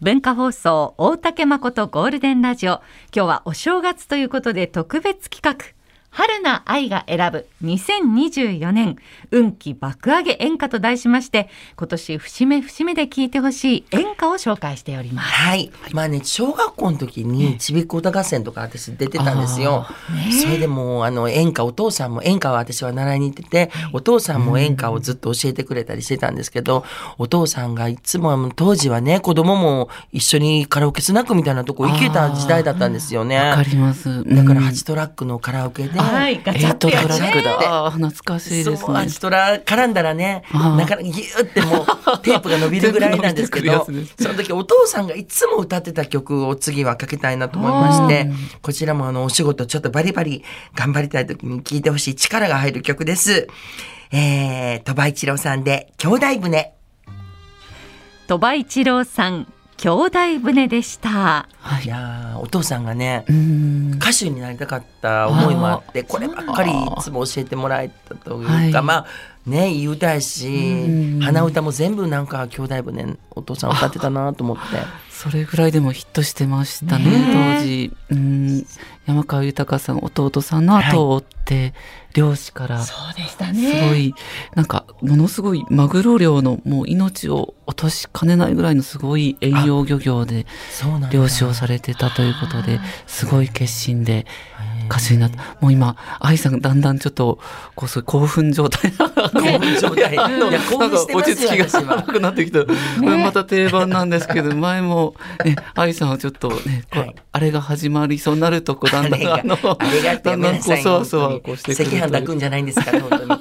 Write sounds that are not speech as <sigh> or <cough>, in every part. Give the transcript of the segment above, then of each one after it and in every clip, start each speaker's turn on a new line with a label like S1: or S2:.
S1: 文化放送大竹誠ゴールデンラジオ今日はお正月ということで特別企画春な愛が選ぶ2024年運気爆上げ演歌と題しまして今年節目節目で聴いてほしい演歌を紹介しております。
S2: はい。まあね、小学校の時に、ちびっこ歌合戦とか私出てたんですよ。それでもう、あの、演歌、お父さんも演歌は私は習いに行ってて、お父さんも演歌をずっと教えてくれたりしてたんですけど、お父さんがいつも、あの当時はね、子供も一緒にカラオケスナックみたいなとこ行けた時代だったんですよね。
S3: わかります。うん
S2: だから8トラックのカラオケで、
S1: はいガチャっ
S2: 8
S1: て
S2: ト
S1: や
S2: ラ
S1: つね
S2: ックだ。
S3: あー懐かしい
S2: そう、
S3: ですね
S2: 8。トラ絡んだらね、
S3: ああ
S2: なかなかギューってもうテープが伸びるぐらいなんですけ
S3: <laughs> 全部
S2: ど、
S3: 伸びてくるやつね
S2: その時お父さんがいつも歌ってた曲を次はかけたいなと思いまして、こちらもあのお仕事ちょっとバリバリ頑張りたい時に聴いてほしい力が入る曲です。えー、鳥羽一郎さんで兄弟船。
S1: 鳥羽一郎さん兄弟船でした。
S2: いやーお父さんがね、
S3: うん
S2: 歌手になりたかった思いもあってこればっかりいつも教えてもらえたというか
S3: はい
S2: まあねいい歌やし
S3: うん
S2: 鼻歌も全部なんか兄弟船お父さん歌ってたなと思って
S3: それぐらいでもヒットしてましたね
S1: ねえ
S3: 当時うん山川豊さん弟さんの後を追って、漁師からす
S1: うでした
S3: ご。いなんかものすごいマグロ漁のもう命を落としかねないぐらいのすごい遠洋漁業で
S2: そうなんだ
S3: 漁師をされてたということですごい決心で歌手になったもう今愛さんだんだんちょっとこうそういう興奮状態
S2: 興奮状態いや
S3: なんか
S2: 興奮してます
S3: 落
S2: よ
S3: ち着きが
S2: 私は
S3: なくなってきた。これまた定番なんですけど、前も、ね、愛さんはちょっとね、こう
S2: はい
S3: あれが始まりそうになると、こう、だんだん、
S2: あ
S3: あ
S2: れ
S3: の
S2: が、あれがって
S3: だ
S2: ご
S3: ん
S2: め
S3: だ
S2: ん
S3: ん、
S2: な
S3: こ
S2: さ
S3: う、
S2: い
S3: そわそわ、
S2: 本当
S3: こ
S2: に
S3: うしてくるとい
S2: 赤
S3: う。
S2: 飯炊くんじゃないんですから本当に、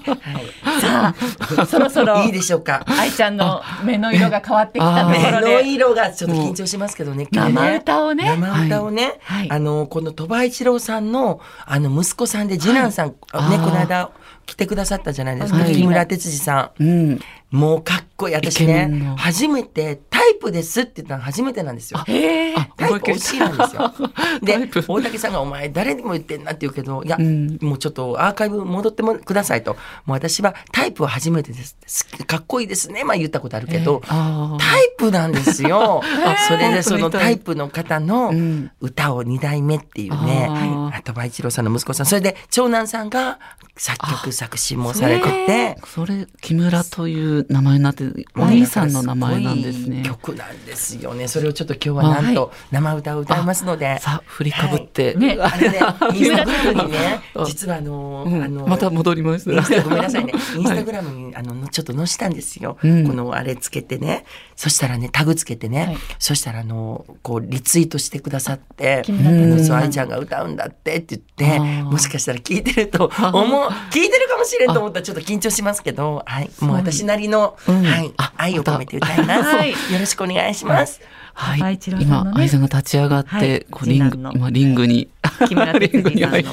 S1: さあそろそろ
S2: はい、いいでしょうか
S1: 愛ちゃんの目の色が変わってきたとこ
S2: 目
S1: ろ
S2: の
S1: で
S2: 色がちょっと緊張しますけどね今日ね
S1: 生歌をね
S2: 生歌をね、
S1: はい
S2: あのこの鳥羽一郎さんのあの息子さんで次男さん、
S3: はい
S2: ね
S3: あー
S2: この間来てくださったじゃないですか、
S3: はい
S2: 木村哲司さ
S3: うん。
S2: んもうかっこいい私
S3: イケメン
S2: ね
S3: の
S2: 初めてタイプですって言ったの初めてなんですよ
S1: えー
S3: あ、
S2: タイプ
S3: 覚え
S2: 惜しいなんですよ
S3: タ
S2: で
S3: イプ
S2: 大竹さんが「お前誰にも言ってんな」って言うけど「いや、
S3: うん
S2: もうちょっとアーカイブ戻ってもください」と「もう私はタイプは初めてですすかっこいいですね」まあ言ったことあるけど、
S3: あ
S2: タイプなんです
S3: <laughs>
S2: よ。それでその
S3: 本当に
S2: タイプの方の
S3: うん
S2: 歌を二代目っていうね、
S3: あー
S2: あと馬一郎さんの息子さん、それで長男さんが作曲作詞もされてて、
S3: あ。それ、木村という名前になって、お兄さんの名前なんですね
S2: す。ごい曲なんですよね。それをちょっと今日はなんと生歌を歌いますので。
S3: さあ、振りかぶって。
S1: ね
S2: あれね、
S3: <laughs>
S2: インスタグラムにね
S3: あ、
S2: 実はあの、
S3: うん
S2: あの、
S3: また戻りまし
S2: インスタ
S3: た。
S2: ごめんなさ
S3: <laughs>
S2: いね。インスタグラムに、あの、ちょっと載せたんですよ。
S3: うん
S2: このあれつけてね。そしたらね、タグつけてね。
S1: はい
S2: そしたら、あの、こう、リツイートしてくださって、あ
S1: 木村拓
S2: の、
S3: 哉
S2: そう
S3: さ
S2: ん愛ちゃんが歌うんだってって言
S3: あ
S2: って、
S3: ー
S2: もしかしたら聞いてると思う、聞いてるかもしれんと思ったらちょっと緊張しますけど、はい。もう私なりの、
S3: うん
S2: はい
S3: あ。
S2: 愛を込めて歌います。
S1: はい
S2: よろしくお願いします。
S3: はい、
S1: 愛知郎さんのね
S3: 今、愛さんが立ち上がって、
S1: はい
S3: こうリン
S1: 次
S3: グ、
S1: 男の
S3: 今リングに、
S1: 木村
S3: <laughs>
S1: 哲司さんの
S3: リングにはい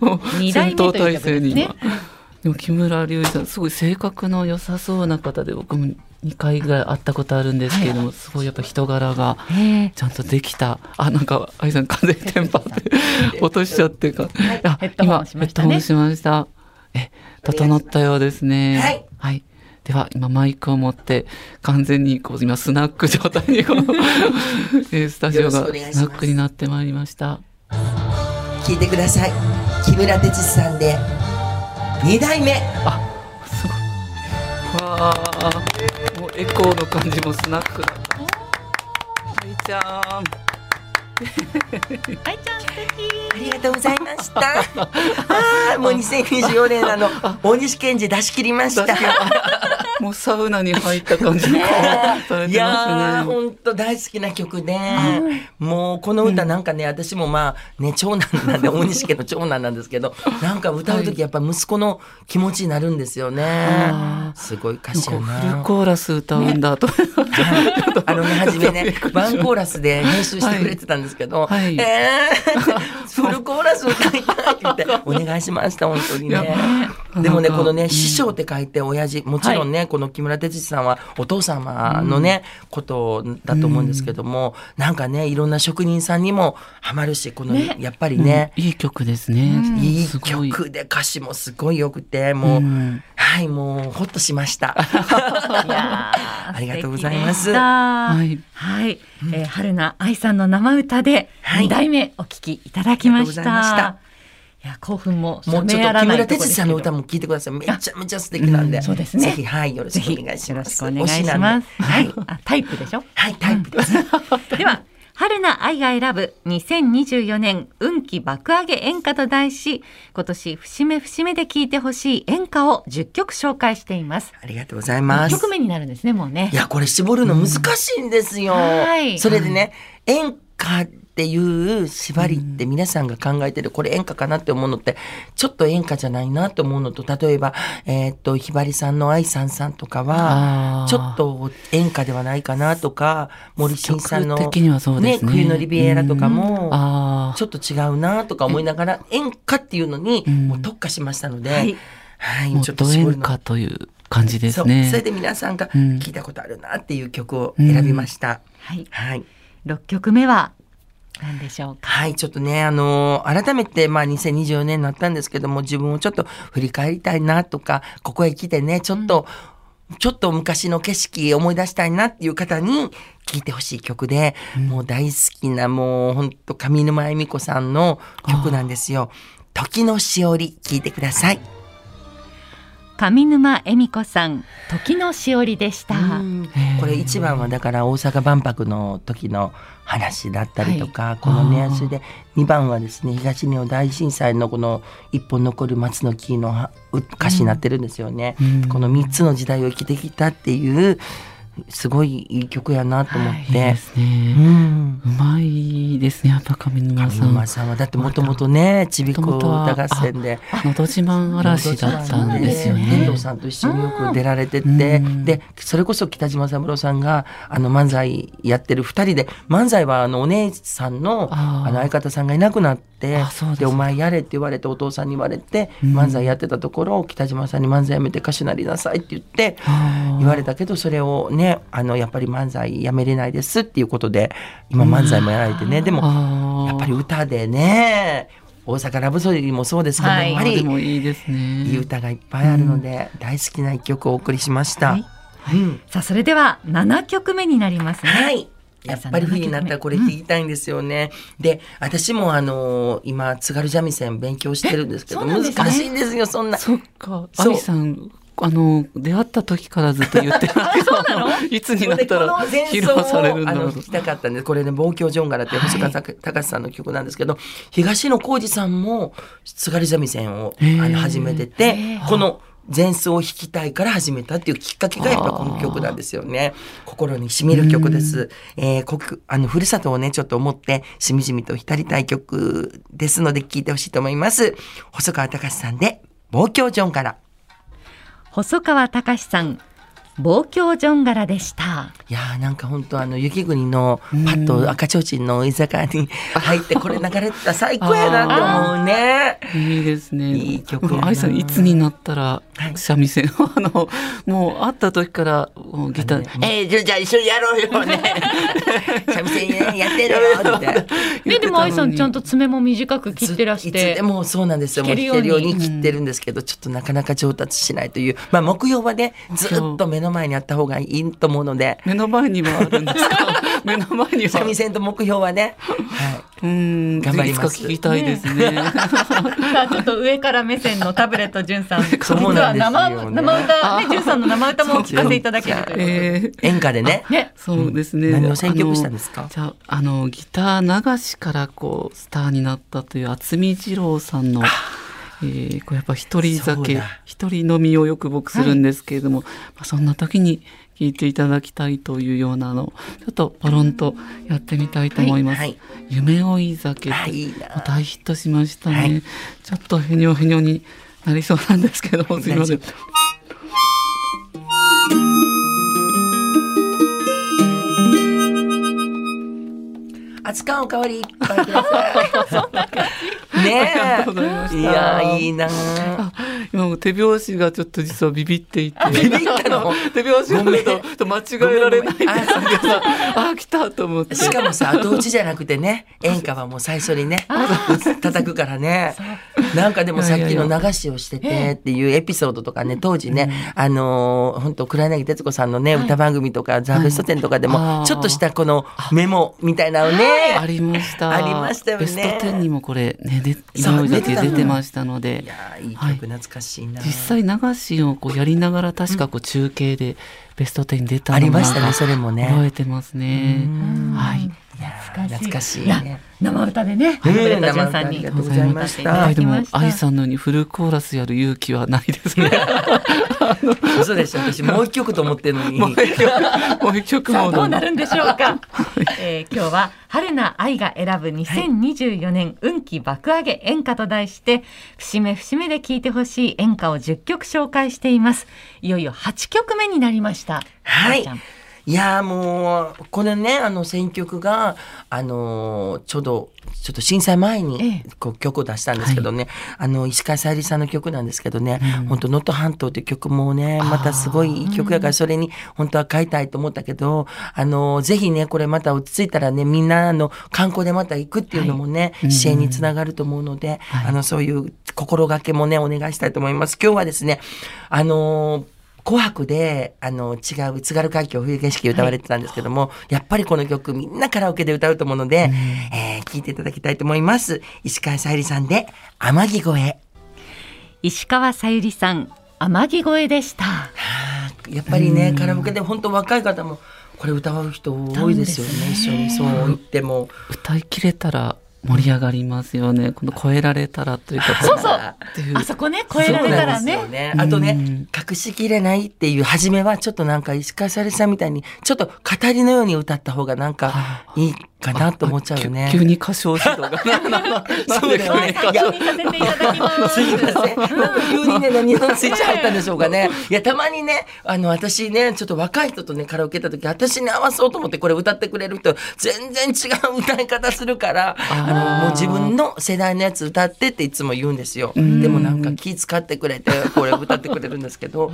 S3: もう
S1: 二代目
S3: 戦闘態勢に
S1: という
S3: 今。でも木村隆一さん、すごい性格の良さそうな方で、僕も2回ぐらい会ったことあるんですけれども、すごいやっぱ人柄が
S1: え
S3: ちゃんとできた。あ、なんか、愛さん風邪テン
S1: <laughs>
S3: パって落としちゃってか。あ
S1: ヘッドホンしましたね
S3: 今ヘッドホンしました。え、整ったようですね。
S2: はい。
S3: では、今マイクを持って、完全にこう、今スナック状態
S2: <laughs>
S3: にこう、えースタジオがス
S2: よろしくお願いします
S3: ナックになってまいりました。
S2: 聞いてください。木村哲司さんで、二代目。
S3: あ、すごい。わあ、もうエコーの感じもスナックだった。はいちゃん。
S1: 愛ちゃん素
S2: ありがとうございました。ああ、もう2024年あの大西健治出し切りました。
S3: もうサウナに入った感じの顔され
S2: い
S3: てま
S2: やー、
S3: すね。
S2: 本当大好きな曲で、もうこの歌なんかね、私もまあね長男 <laughs> なんで大西家の長男なんですけど、なんか歌う
S3: は
S2: 時
S3: い
S2: やっぱ息子の気持ちになるんですよね
S3: あ。
S2: すごい歌詞
S3: こ
S2: や
S3: う
S2: な。
S3: フルコーラス歌うんだと、
S2: あのね、初めね、ワンコーラスで編集してくれてたんですけど、
S3: はい
S2: えー、フルコーラス歌いたい
S3: <laughs>
S2: って言ってお願いしました本当に
S3: い
S2: ね
S3: や。
S2: でもね
S3: なん
S2: こ
S3: か
S2: のね師匠って書いて親父もちろんね、この木村哲司さんはお父様のね、ことだと思うんですけども、なんかねいろんな職人さんにもハマるしこの、
S1: ね
S2: やっぱりね、
S3: <laughs> いい曲ですね。
S1: うん
S2: いい
S3: すご
S2: 曲で歌詞もすごい良くてもう、
S3: うん
S2: はいもうほっとしました。
S1: いやー
S2: <laughs> ありがとうございま
S1: 素敵
S2: す
S1: でした
S3: は
S1: はい
S3: い。
S1: えー春菜愛さんの生歌で
S2: はい
S1: 二代目お聞きいただきまし
S2: ありがとうございましたた。
S1: いや興奮も
S2: も
S1: 冷
S2: うち
S1: め
S2: ょ
S1: や
S2: っと
S1: ら
S2: 木
S1: ない
S2: 村
S1: とこ
S2: 哲
S1: で
S2: 司
S1: すけ
S2: さん
S1: ど
S2: の歌も聞いてください。めちゃめちゃ素敵なん
S3: う
S2: で。
S3: ん
S1: そうですね
S2: ぜひはいよろ
S1: ぜ
S2: しく
S1: ひ
S2: お願いします。
S1: よろしくお願いします。
S2: お品
S1: は
S2: はいい、
S1: あタイプでしょ。
S2: <laughs> はいタイプです。
S1: では春菜愛が選ぶ2024年運気爆上げ演歌と題し今年節目節目で聴いてほしい演歌を10曲紹介しています
S2: ありがとうござい <laughs> ます。
S1: 曲目になるんですねもうね
S2: いやこれ絞るの難しいんですよ。
S1: うんはい
S2: それでね演歌っていう縛りって皆さんが考えてるこれ演歌かなって思うのってちょっと演歌じゃないなと思うのと例えば、えーっとひばりさんの愛さんさんとかは
S3: あー
S2: ちょっと演歌ではないかなとか森進一さんの
S3: 曲的にはそうですね
S2: 冬のリビエラとかも、
S3: あ
S2: ちょっと違うなとか思いながら演歌っていうのに
S3: うん
S2: もう特化しましたので、
S1: はい
S2: はい
S3: あ。も
S2: ちょ
S3: う
S2: っと
S3: ド
S2: 絞る
S3: 演
S2: の
S3: 歌という感じです
S2: そう
S3: ね
S2: そ。れで皆さんが
S3: うん
S2: 聞いたことあるなっていう曲を選びました。
S1: はい
S2: はい、
S1: 6曲目は何でしょうか
S2: はい、ちょっとね、あのー改めて、まあ、2024年になったんですけども、自分をちょっと振り返りたいなとか、ここへ来てね、ちょっと、ちょっと昔の景色思い出したいなっていう方に聴いてほしい曲で、もう大好きな、もう、ほんと、上沼恵美子さんの曲なんですよ。時のしおり、聴いてください。
S1: 上沼恵美子さん時のしおりでした
S2: うんこれ一番はだから大阪万博の時の話だったりとか、このね
S3: あー
S2: それで2番はですね東日本大震災のこの一本残る松の木のはう歌詞になってるんですよね、
S3: うん
S2: この3つの時代を生きてきたっていうすごいいい曲やなと思っ
S3: いい
S2: て、
S3: です
S2: う
S3: ね。
S2: ん
S3: うまいですね。やっぱ上沼
S2: 上
S3: さん
S2: 沼。さんはだってもともとねちびっこ歌合戦で
S3: のど自慢嵐だったんですよ
S2: 天
S3: ね
S2: 童。さんと一緒によく出られてて、
S3: うん
S2: でそれこそ北島三郎さんがあの漫才やってる二人で漫才はあのお姉さんの
S3: あー
S2: あの相方さんがいなくなって
S3: あそうです
S2: お前やれって言われてお父さんに言われて、
S3: うん
S2: 漫才やってたところを北島さんに漫才やめて歌手になりなさいって言って。言
S3: 言
S2: われたけどそれをねあのやっぱり漫才やめれないですっていうことで今漫才もやられてねでもや
S3: や
S2: っぱり歌でね大阪ラブソリーもそうですけど、
S1: はい
S2: やっぱり
S3: でもいいですね。
S2: いい歌がいっぱいあるので、大好きな一曲をお送りしました。
S1: はい
S2: うん
S1: さあそれでは7曲目になりますね、
S2: はいやっぱり冬になったらこれ聞きたいんですよね。で、私もあのー今津軽三味線勉強してるんですけど、
S1: えそうなんですね
S2: 難しいんですよそんな。
S3: そっか。
S2: そ
S3: ア
S2: う
S3: リさん、あの、出会った時からずっと言ってるそうなの <laughs> いつになっ
S2: でこ
S3: たら
S2: の前
S3: 披露
S2: 奏を
S3: されるんだ
S2: あ
S3: ろ
S2: の
S3: う
S2: 聞
S3: と
S2: き。たかったんでこれね「望郷ジョンガラ」って細川た隆さんの曲なんですけど東野幸治さんも津軽三味線をあ
S3: へー
S2: の始めててこの前奏を弾きたいから始めたっていうきっかけがやっぱこの曲なんですよね心にしみる曲です、えー国あのふるさとをねちょっと思ってしみじみと浸りたい曲ですので聴いてほしいと思います細川隆さんで「望郷ジョンガラ」
S1: 細川隆さん望郷ジョンガラでした
S2: いやーなんか本当あの雪国のパッと赤ちょうちんの居酒屋に入ってこれ流れてたら最高やなって思うね。
S3: いいですね。
S2: いい曲やな
S3: アリさん、いつになったら
S2: はい
S3: 三味線を、あの、もう会った時からもうギター、
S2: えー、じゃあじゃあ一緒にやろうよ
S1: <laughs>
S2: ね。三味線ねやってるよみたいな。
S3: 言
S1: ね、
S3: っ
S1: で
S3: てたのに
S1: も愛さんちゃんと爪も短く <laughs> 切ってらし
S2: いつい
S1: て
S2: つでもそうなんですよ。もう
S1: 弾ける
S2: 弾
S1: よう
S2: け
S1: に
S2: るように切ってるんですけど、ちょっとなかなか上達しないという。まあ目標はね、ずっと目の前にあった方がいいと思うので、
S3: 目の前にはあるんですか <laughs> 目の前に
S2: 三
S3: は
S2: 味。線と目標はね、はい。
S3: うん、
S2: 頑張ります
S3: いつか聞きたいです
S2: <laughs>
S3: ね。
S1: さあちょっと上から目線のタブレットじゅんさん実
S2: そうな
S1: は
S2: んですよ
S1: 生,、
S2: ね
S1: 生歌ねじゅんさんの生歌もお聞かせいただけるという
S3: えー
S2: 演歌でね。
S1: ね
S3: そうですね。
S2: 何を選曲したんですか
S3: あのじゃあ、あの、ギター流しからこう、スターになったという渥美二郎さんの、えー、こうやっぱ一人
S2: そう
S3: 酒
S2: だ、
S3: 一人飲みをよく僕するんですけれども、まあ、そんな時に聴いていただきたいというようなのをちょっとポロンとやってみたいと思います。
S2: はいはい
S3: 夢追い酒って、
S2: あいいな
S3: 大ヒットしましたね。
S2: はい
S3: ちょっとへにょへにょになりそうなんですけども、すいません
S2: 大。熱燗おかわりいっぱいく <laughs> ださい。ね
S3: ありがとうございま
S2: え。
S3: した
S2: いやーいいなー。
S3: 今も手拍子がちょっと実はビビっていて。
S2: ビビったの
S3: 手拍子がねちょっと間違えられないって
S2: ごめんごめん
S3: ああ、来たと思っ
S2: <laughs>
S3: て。
S2: しかもさ後打ちじゃなくてね演歌はもう最初に <laughs> ね叩くからねなんかでもさっきの流しをしててっていうエピソードとかね当時ねあの本当黒柳徹子さんのね歌番組とか「ザ・ベストテン」とかで
S3: あ
S2: も
S3: ー
S2: ちょっとしたこのメモみたいなのね
S3: ありました。
S2: ありましたよね
S3: ベスト10にもこれ、ね、で、
S2: そう
S3: 今まで
S2: 出てたの
S3: 出てましたので
S2: い。やーいい曲懐かしいな
S3: 実際流しをこうやりながら、確かこう中継でベスト10に出たの
S2: ありまし
S3: なん
S2: た
S3: か
S2: ねそれも
S3: 覚
S2: ね
S3: えてます
S2: う
S3: ね。
S2: ん
S3: はい。
S2: いやー
S1: 懐
S2: 懐
S1: か
S2: か
S1: し
S2: し
S1: い
S2: い
S1: いや
S2: ね
S1: 生歌でね、
S2: ね
S1: 隠れ
S2: え
S1: た
S2: 生
S1: 潤
S2: 歌
S1: さん
S2: あ
S1: に
S2: りが
S1: 歌
S2: とう
S1: っ
S2: ご
S1: てい
S2: ざ
S1: た
S2: い
S1: だ
S2: ま
S1: き
S2: し
S1: ま
S2: た
S3: あ、
S1: し
S3: でも、
S1: た
S3: 愛さんのようにフルコーラスやる勇気はないですね。
S2: 嘘でしょ私もう一曲と思ってるのに
S3: もう一曲、もう一曲
S1: さあ
S3: も。
S1: どうなるんでしょうか、えー今日は春菜愛が選ぶ2024年運気爆上げ演歌と題して節目節目で聴いてほしい演歌を10曲紹介していますいよいよ8曲目になりました
S2: は
S1: あー
S2: い
S1: ちゃん。
S2: いやーもうこれねあの選曲があのーちょうどちょっと震災前に
S1: え
S2: こう曲を出したんですけどね、あの石川さゆりさんの曲なんですけどね「本当能登半島」っていう曲もねまたすごいいい曲やからそれに本当は書いたいと思ったけどあのーぜひねこれまた落ち着いたらねみんなあの観光でまた行くっていうのもね、支援につながると思うので、あのそういう心がけもねお願いしたいと思います。今日はですねあのー紅白で、あの、違う津軽海峡冬景色歌われてたんですけども、やっぱりこの曲みんなカラオケで歌うと思うので、えー聴いていただきたいと思います。石川さゆりさんで、天城越え。
S1: 石川さゆりさん天城越えでした
S2: やっぱりね、カラオケで本当若い方も、これ歌う人多いですよね、一緒にそう言っても。
S3: 歌い切れたら盛り上がりますよね。この超えられたらとい
S2: <laughs>
S3: うか。そう <laughs>
S1: そう
S3: っていう
S1: あそこね超えられたらね
S2: そうなんですよあとね、隠しきれないっていう初めはちょっとなんか石川さゆりさんみたいに、ちょっと語りのように歌った方がなんかいいかなと思っちゃうよね。
S3: 急急に歌唱指
S2: <laughs>
S3: 導が。 <laughs>
S2: そうだよね
S1: 確認させていただきます
S2: すいません。なんか急にね、何のスイッチ入ったんでしょうかね。いや、たまにね、あの、私ね、ちょっと若い人とね、カラオケ行った時、私に合わそうと思ってこれ歌ってくれる人、全然違う歌い方するから、あの、もう自分の世代のやつ歌ってっていつも言うんですよ。でもなんか気使ってくれて、これ歌ってくれるんですけど、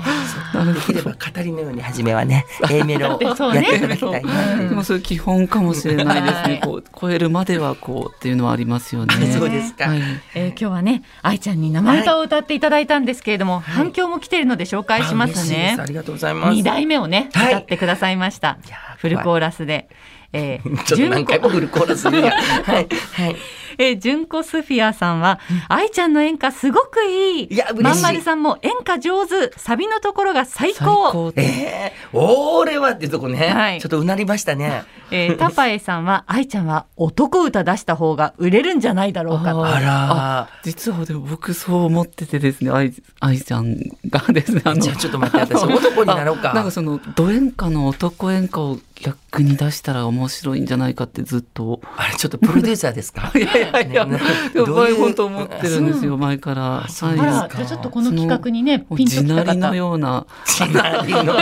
S2: そうできれば語りのように初めはね、A メロをやっていただきたいなってい
S3: で
S2: う。
S3: もそれ基本かもしれないです
S1: はい
S3: ね。こう超えるまではこうっていうのはありますよね。
S2: <laughs> そうですか。
S3: はい。
S1: えー今日はね愛ちゃんに生歌を歌っていただいたんですけれども、反響も来ているので紹介します
S2: あ嬉いで
S1: ね
S2: すありがとうございます。
S1: 二代目をね、
S2: はい
S1: 歌ってくださいました
S2: いやー
S1: フルコーラスで、えー
S2: <laughs> ちょっと何回もフルコーラスで。はい。はい。
S1: えー、純子スフィアさんは、愛ちゃんの演歌すごくいい。
S2: いや嬉しい
S1: まんまるさんも演歌上手。サビのところが最
S3: 最
S1: 高。
S3: 高。
S2: えー、俺はっていうとこね、
S1: はい
S2: ちょっとうなりましたね。
S1: えータパエさんは、愛ちゃんは男歌出した方が売れるんじゃないだろうかと。
S3: <laughs> あー
S2: あら
S3: 実はでも僕そう思っててですね、愛愛ちゃんがですね、あ
S2: じゃあちょっと待って私男になろうか
S3: <laughs> あなんかその、ド演歌の男演歌を逆に出したら面白いんじゃないかってずっと。
S2: あれちょっとプロデューサーですか
S3: <laughs> いやいやいや、
S2: ね
S3: やばい本当思ってるんですよ、前から。
S2: そう
S1: あ
S2: な
S1: ら
S2: ん、で
S1: じゃあちょっとこの企画にね、
S3: もう
S1: ピンと
S3: 地
S1: きた
S3: 鳴り
S1: 方
S3: の。ような、 <laughs>
S2: 地鳴りの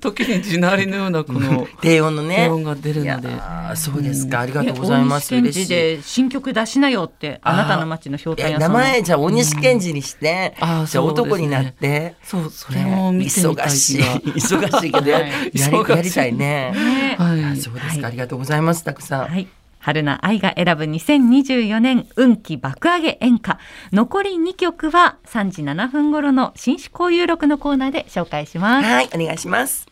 S3: 時に地鳴りのようなこの
S2: 低音のね
S3: 低音が出る
S2: い
S3: の
S2: や
S3: で。
S2: ーそうですかありが
S1: い
S2: と
S1: や
S2: うございます
S1: 大西健治
S2: 嬉しい
S1: で新曲出しなよって、あなたの街のひょう
S2: い
S1: たん
S2: や
S1: 屋さ
S2: 名
S1: んの。
S2: 前じゃあ大西健治にして、
S3: あー
S2: じゃあ男になって、
S3: そう、それ
S2: ね
S3: も見てみた
S2: 忙
S3: い
S2: し
S3: <laughs> 気
S2: い
S3: が。
S2: 忙しいけどや
S1: はい
S2: やり
S3: 忙しい
S2: やりたいね
S1: ね
S3: はい。
S2: そうですか、
S1: はい
S2: ありがとうございますたくさん、
S1: はい。春菜愛が選ぶ2024年運気爆上げ演歌。残り2曲は3時7分頃の新種交有録のコーナーで紹介します。
S2: はいお願いします